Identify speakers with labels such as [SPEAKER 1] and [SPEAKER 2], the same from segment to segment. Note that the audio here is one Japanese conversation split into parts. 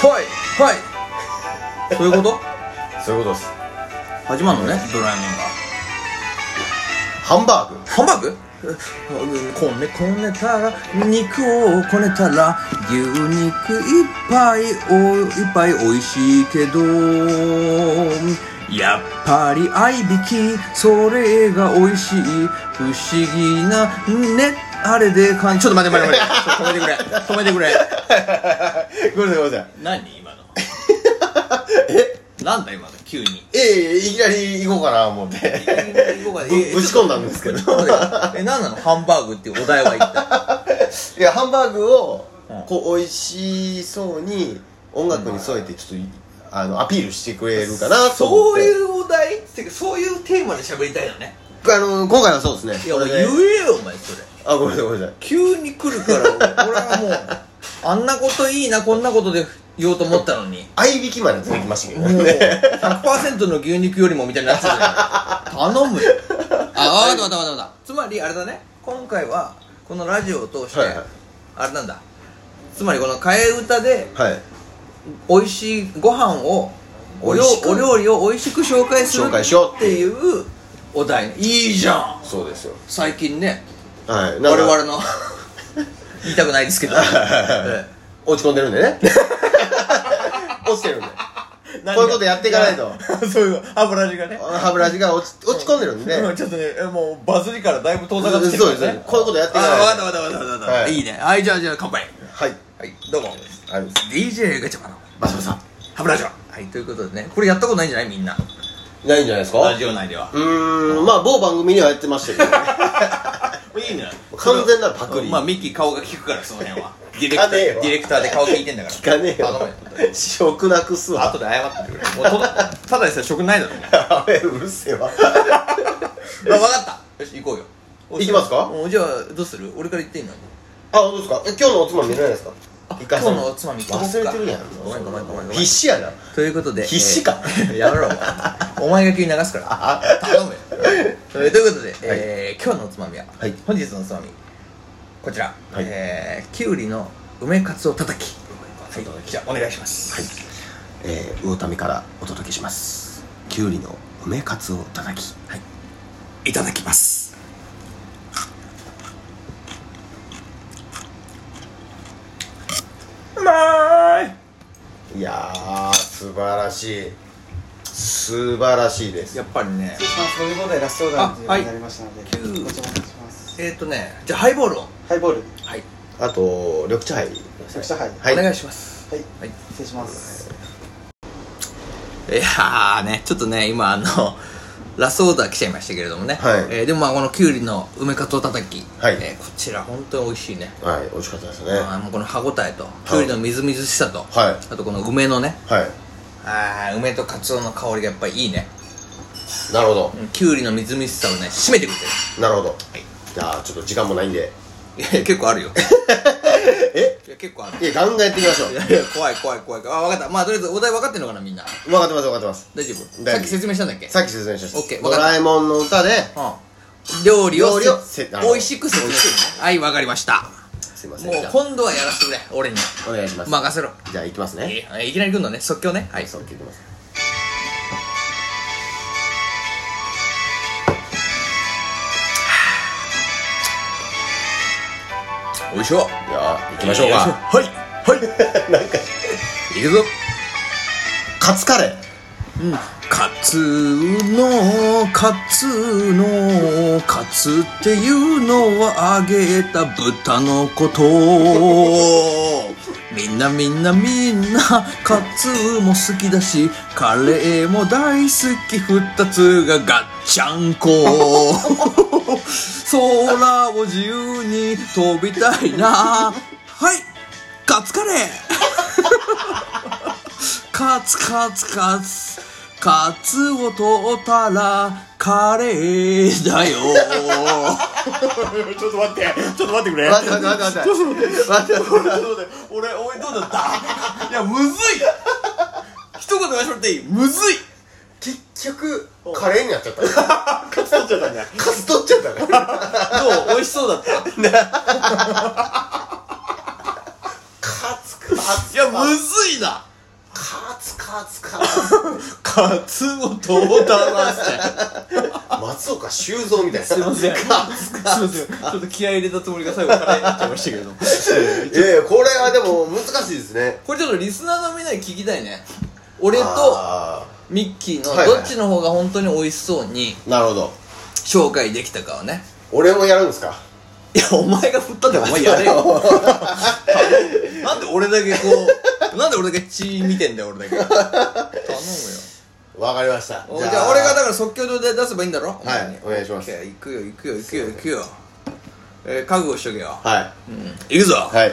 [SPEAKER 1] はいそういうこと
[SPEAKER 2] そういうことです
[SPEAKER 1] 始まるのねドラえもんが
[SPEAKER 2] ハンバーグ
[SPEAKER 1] ハンバーグこねこねたら肉をこねたら牛肉いっぱいおいっぱい美味しいけどやっぱり合いびきそれが美味しい不思議なねあれでかんちょっと待って待って待ってちょっと止めてくれ止めてくれ
[SPEAKER 2] ごめんなさいごめんなさい
[SPEAKER 1] 何今の
[SPEAKER 2] え
[SPEAKER 1] なんだ今の急に
[SPEAKER 2] ええいきなり行こうかな思 ってぶぶち込んだんですけど
[SPEAKER 1] え何なのハンバーグっていうお題は言った
[SPEAKER 2] いやハンバーグを
[SPEAKER 1] うん
[SPEAKER 2] こう美味しそうに音楽に添えてちょっとあのアピールしてくれるかなと思
[SPEAKER 1] そ
[SPEAKER 2] っ
[SPEAKER 1] う
[SPEAKER 2] てう
[SPEAKER 1] いうお題ってかそういうテーマで喋りたいのね
[SPEAKER 2] あの今回はそうですね
[SPEAKER 1] いやお
[SPEAKER 2] こ
[SPEAKER 1] 前
[SPEAKER 2] れ
[SPEAKER 1] 言え
[SPEAKER 2] で
[SPEAKER 1] よお前それ
[SPEAKER 2] あごめんなさいごめんなさい
[SPEAKER 1] 急に来るから俺はもうあんなこといいなこんなことで言おうと思ったのに
[SPEAKER 2] 合いびきまで続きましたけど
[SPEAKER 1] もう
[SPEAKER 2] ね
[SPEAKER 1] 100%の牛肉よりもみたいになってたじゃん頼むよあわかったわかったわかったわかったつまりあれだね今回はこのラジオを通して、
[SPEAKER 2] はいはい
[SPEAKER 1] あれなんだつまりこの替え歌で
[SPEAKER 2] はい
[SPEAKER 1] 美味しいご飯をお料
[SPEAKER 2] 美味しく
[SPEAKER 1] お料理を美味しく紹介する
[SPEAKER 2] 紹介しよう
[SPEAKER 1] っていうお題いいじゃん
[SPEAKER 2] そうですよ
[SPEAKER 1] 最近ね
[SPEAKER 2] は
[SPEAKER 1] 我
[SPEAKER 2] い
[SPEAKER 1] 々
[SPEAKER 2] の
[SPEAKER 1] の言いたくないですけど、え
[SPEAKER 2] 落ち込んでるんで ね落ちてるんで
[SPEAKER 1] え
[SPEAKER 2] こういうことやっていかないと
[SPEAKER 1] そういう油地がね
[SPEAKER 2] 歯ブラシが落ち落ち込んでるんで
[SPEAKER 1] うんちょっとねえもうバズりからだいぶ遠ざかってきて
[SPEAKER 2] そう
[SPEAKER 1] るか
[SPEAKER 2] です
[SPEAKER 1] ら
[SPEAKER 2] ね
[SPEAKER 1] ね
[SPEAKER 2] こういうことやってい
[SPEAKER 1] ああ
[SPEAKER 2] かない
[SPEAKER 1] わかったわかったわかったわかった、
[SPEAKER 2] はい
[SPEAKER 1] い、いねはいじゃあじゃあ乾杯
[SPEAKER 2] とはい
[SPEAKER 1] はいどうも
[SPEAKER 2] ある
[SPEAKER 1] DJ ガチャパの
[SPEAKER 2] バサバサ
[SPEAKER 1] 歯ブラシははいということでねこれやったことないんじゃないみんな
[SPEAKER 2] ないんじゃないですか
[SPEAKER 1] ラジオ内では
[SPEAKER 2] うーんまあ某番組にはやってましたけど ね
[SPEAKER 1] いいね
[SPEAKER 2] 完全なるパクリ
[SPEAKER 1] まあミッキー顔が利くからその辺 はディレク
[SPEAKER 2] か
[SPEAKER 1] ター
[SPEAKER 2] ねえ
[SPEAKER 1] デ
[SPEAKER 2] わ
[SPEAKER 1] ィレクターで顔聞いてんだから
[SPEAKER 2] 聞かねえ
[SPEAKER 1] あご
[SPEAKER 2] よ
[SPEAKER 1] めん
[SPEAKER 2] 食なくすわ
[SPEAKER 1] 後で謝ってくれもうと ただでさえ食ないだろお前
[SPEAKER 2] あれうるせえわ
[SPEAKER 1] あ分かったよし行こうよ
[SPEAKER 2] 行きますか
[SPEAKER 1] うんじゃあどうする俺から言っていいの
[SPEAKER 2] あどうですかえ今日のおつまみ見れないですか一
[SPEAKER 1] 今
[SPEAKER 2] 回
[SPEAKER 1] 日のおつまみ行こう
[SPEAKER 2] 忘れ
[SPEAKER 1] か
[SPEAKER 2] てるやん
[SPEAKER 1] ごめんごめんごめんごめ
[SPEAKER 2] 必
[SPEAKER 1] ん
[SPEAKER 2] 死やな
[SPEAKER 1] ということで
[SPEAKER 2] 必死か
[SPEAKER 1] えーやめろお前お前が急に流すから頼むよ ということで、えー今日のおつまみは、
[SPEAKER 2] はい
[SPEAKER 1] 本日のおつまみこちら、
[SPEAKER 2] はい
[SPEAKER 1] えーきゅうりの梅かつおたたきはいじゃあお願いします
[SPEAKER 2] はい、えー、魚民からお届けしますきゅうりの梅かつおたたきはい
[SPEAKER 1] いただきますうまーい
[SPEAKER 2] いやー素晴らしい素晴らしいです
[SPEAKER 1] やっぱりね
[SPEAKER 3] 失礼します。ということでラストオーダーになりましたので、
[SPEAKER 1] あはい
[SPEAKER 3] こちらお願いします。
[SPEAKER 1] えっ、ー、とねじゃあハイボールを
[SPEAKER 3] ハイボール、
[SPEAKER 1] はい、
[SPEAKER 2] あと緑茶杯
[SPEAKER 3] セクシャハイ。
[SPEAKER 2] はい
[SPEAKER 1] お願いします
[SPEAKER 3] はい、
[SPEAKER 1] はい
[SPEAKER 3] 失礼します。
[SPEAKER 1] いやーねちょっとね今あの ラストオーダー来ちゃいましたけれどもね、
[SPEAKER 2] はい
[SPEAKER 1] えーでもまあこのきゅうりの梅かつおたたき、
[SPEAKER 2] はい
[SPEAKER 1] えーこちら本当に美味しいね、
[SPEAKER 2] はい美味しかったですね
[SPEAKER 1] あーもうこの歯ごたえときゅうりのみずみずしさと、
[SPEAKER 2] はい
[SPEAKER 1] あとこの梅のね
[SPEAKER 2] はい
[SPEAKER 1] あー梅とかつおの香りがやっぱりいいね
[SPEAKER 2] なるほど
[SPEAKER 1] きゅうりのみずみずしさをね締めてくれてる
[SPEAKER 2] なるほど、じゃあちょっと時間もないんで
[SPEAKER 1] いやいや結構あるよ
[SPEAKER 2] え
[SPEAKER 1] いや結構ある
[SPEAKER 2] いやガンガンやっていきましょう
[SPEAKER 1] いやいや怖い怖い怖いあ分かったまあとりあえずお題分かってんのかなみんな
[SPEAKER 2] 分かってます分かってます
[SPEAKER 1] 大丈夫
[SPEAKER 2] 大
[SPEAKER 1] さ
[SPEAKER 2] 丈夫
[SPEAKER 1] っき説明したんだっけ
[SPEAKER 2] さっき説明しました
[SPEAKER 1] オッケー分
[SPEAKER 2] ド
[SPEAKER 1] かった
[SPEAKER 2] ラえもんの歌で
[SPEAKER 1] うん料理を
[SPEAKER 2] 料理を
[SPEAKER 1] せ
[SPEAKER 2] せあの
[SPEAKER 1] 美味しく説明するねはい分かりました
[SPEAKER 2] すいませ
[SPEAKER 1] も
[SPEAKER 2] ん
[SPEAKER 1] う
[SPEAKER 2] じゃ
[SPEAKER 1] 今度はやらせてくれ俺に
[SPEAKER 2] あお願いします、
[SPEAKER 1] 任せろ
[SPEAKER 2] じゃあいきますね
[SPEAKER 1] いいきなり来んのね即興ねはい
[SPEAKER 2] そう聞いてます
[SPEAKER 1] おいしょ行
[SPEAKER 2] じゃあ行きましょうか
[SPEAKER 1] はいはい
[SPEAKER 2] なんか
[SPEAKER 1] 行くぞ
[SPEAKER 2] カツカレー
[SPEAKER 1] カツのカツのカツっていうのは揚げた豚のことみんなみんなみんなカツも好きだしカレーも大好き二つがガッチャンコ空を自由に飛びたいなはいカツカレーカツカツカツカツを取ったらカレーだ よ
[SPEAKER 4] ちょっと待って、ちょっと待ってくれ。
[SPEAKER 2] 待って待って待って待って待
[SPEAKER 4] ち
[SPEAKER 2] って待って
[SPEAKER 4] ょっと待って俺、俺どうだった
[SPEAKER 1] いやむずい一言言わせてもらっていいむずい
[SPEAKER 2] 結局カレーになっち ゃったね
[SPEAKER 4] 勝ち取っちゃったんだ。
[SPEAKER 2] カツ取っちゃったね
[SPEAKER 1] どう美味しそうだった
[SPEAKER 2] カツカ
[SPEAKER 1] い
[SPEAKER 2] ツ
[SPEAKER 1] やむずいない
[SPEAKER 2] カ
[SPEAKER 1] 松本だなって
[SPEAKER 2] 松岡修造みたい な
[SPEAKER 1] すいませんすいませんちょっと気合い入れたつもりが最後から入っちゃいましたけれども
[SPEAKER 2] いやいやこれはでも難しいですね
[SPEAKER 1] これちょっとリスナーのみんなに聞きたいね俺と
[SPEAKER 2] あ
[SPEAKER 1] ミッキーの
[SPEAKER 2] はいはい
[SPEAKER 1] どっちの方が本当に美味しそうに
[SPEAKER 2] ーなるほど
[SPEAKER 1] 紹介できたかはね
[SPEAKER 2] 俺もやるんですか
[SPEAKER 1] いやお前が振ったでお前やれよ なんで俺だけこうなんで俺だけ血見てんだよ俺だけ頼むよ
[SPEAKER 2] わかりました
[SPEAKER 1] じゃあ俺がだから即興で出せばいいんだろ
[SPEAKER 2] はいお願いします
[SPEAKER 1] や行くよ行くよ行くよ行くよえー、覚悟しとけよ、
[SPEAKER 2] は
[SPEAKER 1] うん、行くぞ
[SPEAKER 2] いはい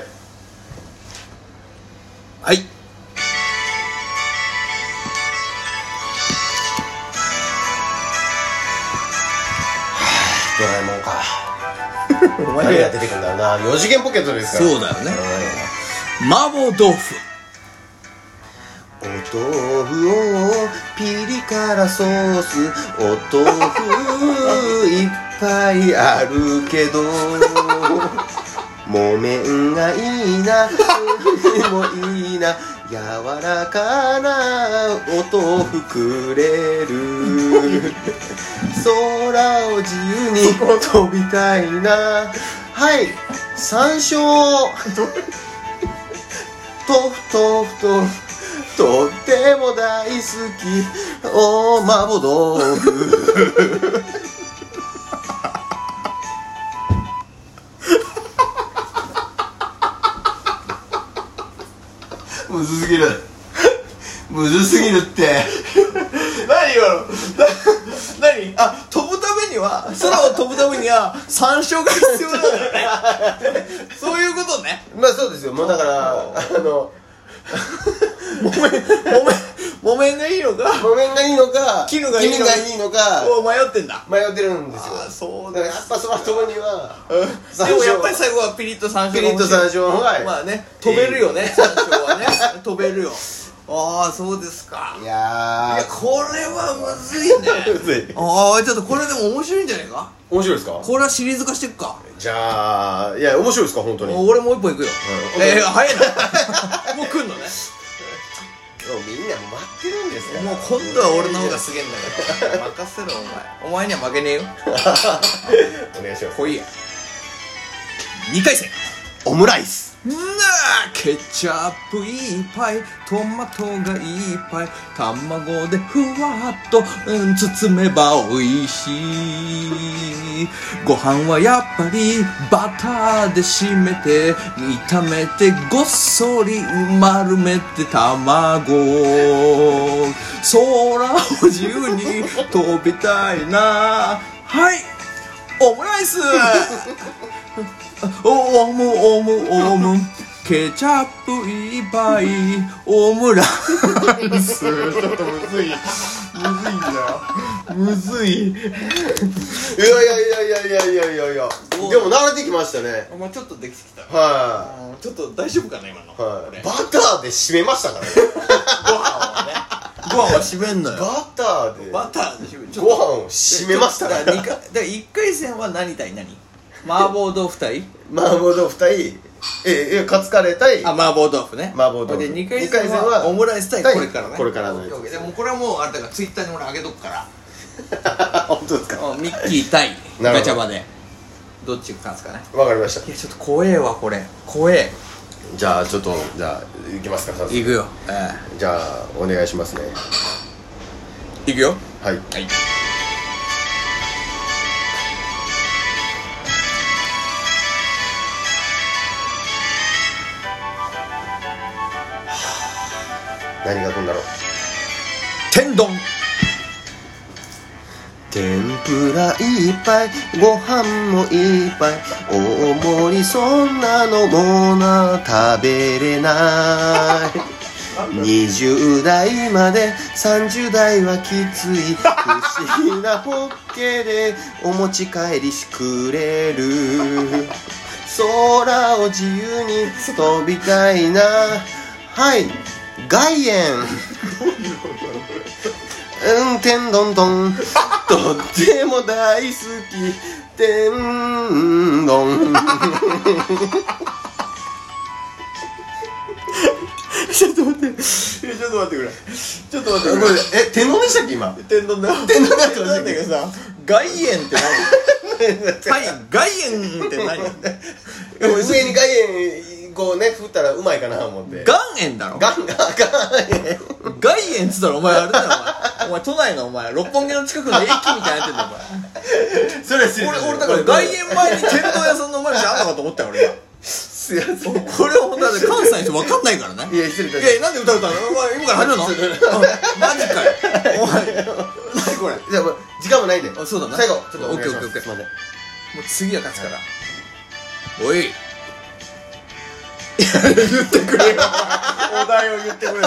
[SPEAKER 1] はい
[SPEAKER 2] ドラえもんか
[SPEAKER 1] お
[SPEAKER 2] 何が出てくるんだろうな4次元ポケットですから
[SPEAKER 1] そうだよね麻婆豆腐
[SPEAKER 2] お豆腐をピリ辛ソースお豆腐いっぱいあるけ ど木綿がいいな でもいいな柔らかなお豆腐くれる空を自由に飛びたいなはい山椒豆腐豆腐豆腐とっても大好きお麻婆豆腐 むずすぎるむずすぎるって
[SPEAKER 4] 何今のな何
[SPEAKER 1] あ飛ぶためには空を飛ぶためには山椒が必要なんだ よねそういうことね
[SPEAKER 2] まあそうですよもうだからあの
[SPEAKER 1] もめもめもめんがいいのか
[SPEAKER 2] 木綿がいいのか
[SPEAKER 1] 絹がいいのか
[SPEAKER 2] 絹がいいのか
[SPEAKER 1] こう迷ってんだ
[SPEAKER 2] 迷ってるんですよ
[SPEAKER 1] あそう
[SPEAKER 2] だ
[SPEAKER 1] だ
[SPEAKER 2] からやっぱそばともには山椒
[SPEAKER 1] でもやっぱり最後はピリッと山椒が
[SPEAKER 2] ピリッと山椒はい
[SPEAKER 1] まあね飛べるよね山椒はね飛べるよああそうですか
[SPEAKER 2] い
[SPEAKER 1] いや
[SPEAKER 2] や
[SPEAKER 1] これはむずいね
[SPEAKER 2] ー
[SPEAKER 1] ああちょっとこれでも面白いんじゃないか
[SPEAKER 2] 面白いですか
[SPEAKER 1] これはシリーズ化していくか
[SPEAKER 2] じゃあいや面白いですか本当に
[SPEAKER 1] もう俺もう一本いくよ、
[SPEAKER 2] うん
[SPEAKER 1] えー、早 いなもう来んのね
[SPEAKER 2] もうみんなもう待ってるんですから
[SPEAKER 1] もう今度は俺の方がすげえんだから任せろお前お前には負けねえよ
[SPEAKER 2] お願いします
[SPEAKER 1] 来いや2回戦
[SPEAKER 2] オムライス
[SPEAKER 1] なあケチャップいっぱいトマトがいっぱい卵でふわっと、うん、包めばおいしいご飯はやっぱりバターで締めて炒めてごっそり丸めて卵空を自由に飛びたいなはいオムライスオムオムオムケチャップいっぱいオムライスちょっとむずいむずいんだよむずい
[SPEAKER 2] いやいやいやいやいやいやいやいやで
[SPEAKER 1] お
[SPEAKER 2] も慣れてきましたね
[SPEAKER 1] お前ちょっとできてきた
[SPEAKER 2] は
[SPEAKER 1] ちょっと大丈夫かな今の
[SPEAKER 2] いはい
[SPEAKER 1] 俺
[SPEAKER 2] バターで締めましたからね
[SPEAKER 1] ご飯を閉めんのよ
[SPEAKER 2] バターで
[SPEAKER 1] バターで閉めるちょっ
[SPEAKER 2] ご
[SPEAKER 1] と
[SPEAKER 2] 飯を締めました
[SPEAKER 1] だ
[SPEAKER 2] か
[SPEAKER 1] から二
[SPEAKER 2] ら
[SPEAKER 1] 回だから1回戦は何対何麻婆豆腐対
[SPEAKER 2] 麻婆豆腐対ええカツカレー対
[SPEAKER 1] あ麻婆豆腐ね
[SPEAKER 2] 麻婆豆腐
[SPEAKER 1] で2回戦はオムライス対これからね
[SPEAKER 2] これからのやつ
[SPEAKER 1] オッケーオッケーでもこれはもうあれだからツイッターに俺上げとくから
[SPEAKER 2] 本当ですか
[SPEAKER 1] うんミッキー対
[SPEAKER 2] なるほど
[SPEAKER 1] ガチャバでどっち勝つかね
[SPEAKER 2] わかりました
[SPEAKER 1] いやちょっと怖えわこれ怖え
[SPEAKER 2] じゃあちょっとじゃあ行きますか早速
[SPEAKER 1] いくよえ
[SPEAKER 2] じゃあお願いしますね
[SPEAKER 1] えいくよ
[SPEAKER 2] はい
[SPEAKER 1] はい
[SPEAKER 2] 何が来るんだろう
[SPEAKER 1] 天丼
[SPEAKER 2] 天ぷらいっぱいご飯もいっぱい大盛りそんなのもうな食べれない20代まで30代はきつい不思議なホッケでお持ち帰りしくれる空を自由に飛びたいなはい外苑うん、てんどんどん。とっても大好き。てん どん。
[SPEAKER 4] ちょっと待ってちょっと待ってくれちょっと待って
[SPEAKER 2] こ
[SPEAKER 4] く
[SPEAKER 2] れ
[SPEAKER 4] れ
[SPEAKER 2] え天丼でしたっけ今
[SPEAKER 4] 天丼だよ
[SPEAKER 2] 天丼だってまし
[SPEAKER 4] な
[SPEAKER 2] た
[SPEAKER 4] ん
[SPEAKER 2] っ
[SPEAKER 4] だ
[SPEAKER 2] け
[SPEAKER 4] けどさ外苑って何はい外苑って何
[SPEAKER 2] 上に岩塩こうね振ったらうまいかなと思って
[SPEAKER 1] 岩塩だろ
[SPEAKER 2] ガンガン
[SPEAKER 1] 外苑っつったらお前あれだよお前お前都内のお前六本木の近くの駅みたいになってんだよ
[SPEAKER 2] それは失
[SPEAKER 1] お
[SPEAKER 2] 礼
[SPEAKER 1] 前俺俺だから外苑前に天丼屋さんの前にあんのかと思ったよ俺今
[SPEAKER 2] すいません
[SPEAKER 1] これはだって関西の人分かんないからね
[SPEAKER 2] いや失礼いたしま
[SPEAKER 1] え、なんで歌うたのお前今から始めるのうんマジかよお前何これも
[SPEAKER 2] すじゃあもう時間もないんで
[SPEAKER 1] あそうだな
[SPEAKER 2] 最後ちょっと
[SPEAKER 1] オッケーオッケーオッケー
[SPEAKER 2] すいません
[SPEAKER 1] う次は勝つからおい
[SPEAKER 4] お題を言ってくれる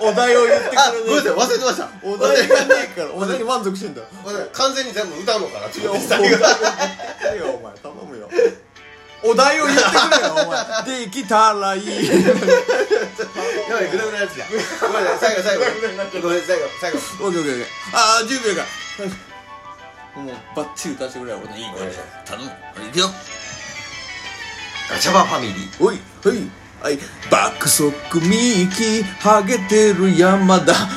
[SPEAKER 4] お題を言ってくれ
[SPEAKER 2] あごめんなさ
[SPEAKER 4] る
[SPEAKER 2] い忘れてました
[SPEAKER 4] お題がねえからお題に満足してんだよ
[SPEAKER 2] ごめんなさい完全に全部歌うのかなと思っ
[SPEAKER 4] お
[SPEAKER 2] て
[SPEAKER 4] 題を言ってくれよお前頼むよお題を言ってくれよお前できたらいい
[SPEAKER 2] やばいグラグラのやつだごめんなさい最後最後ごめん最後最後
[SPEAKER 1] オッケーオッケーオッケーああ10秒かもうバッチリ歌わせてくれよ俺のいい声で頼むいくよ
[SPEAKER 2] ガチャバファミリー
[SPEAKER 1] おいはいはい爆速ミーキーハゲてる山田か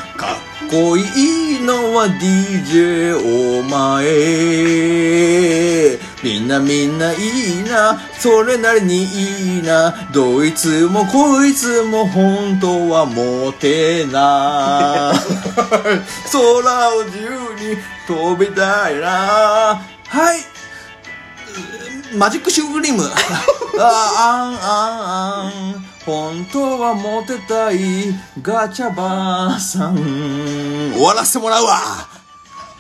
[SPEAKER 1] っこいいのは DJ お前みんなみんないいなそれなりにいいなどいつもこいつも本当はモテない空を自由に飛びたいなはいマジックシュークリームああんあんあん本当はモテたいガチャバーさん終わらせてもらうわ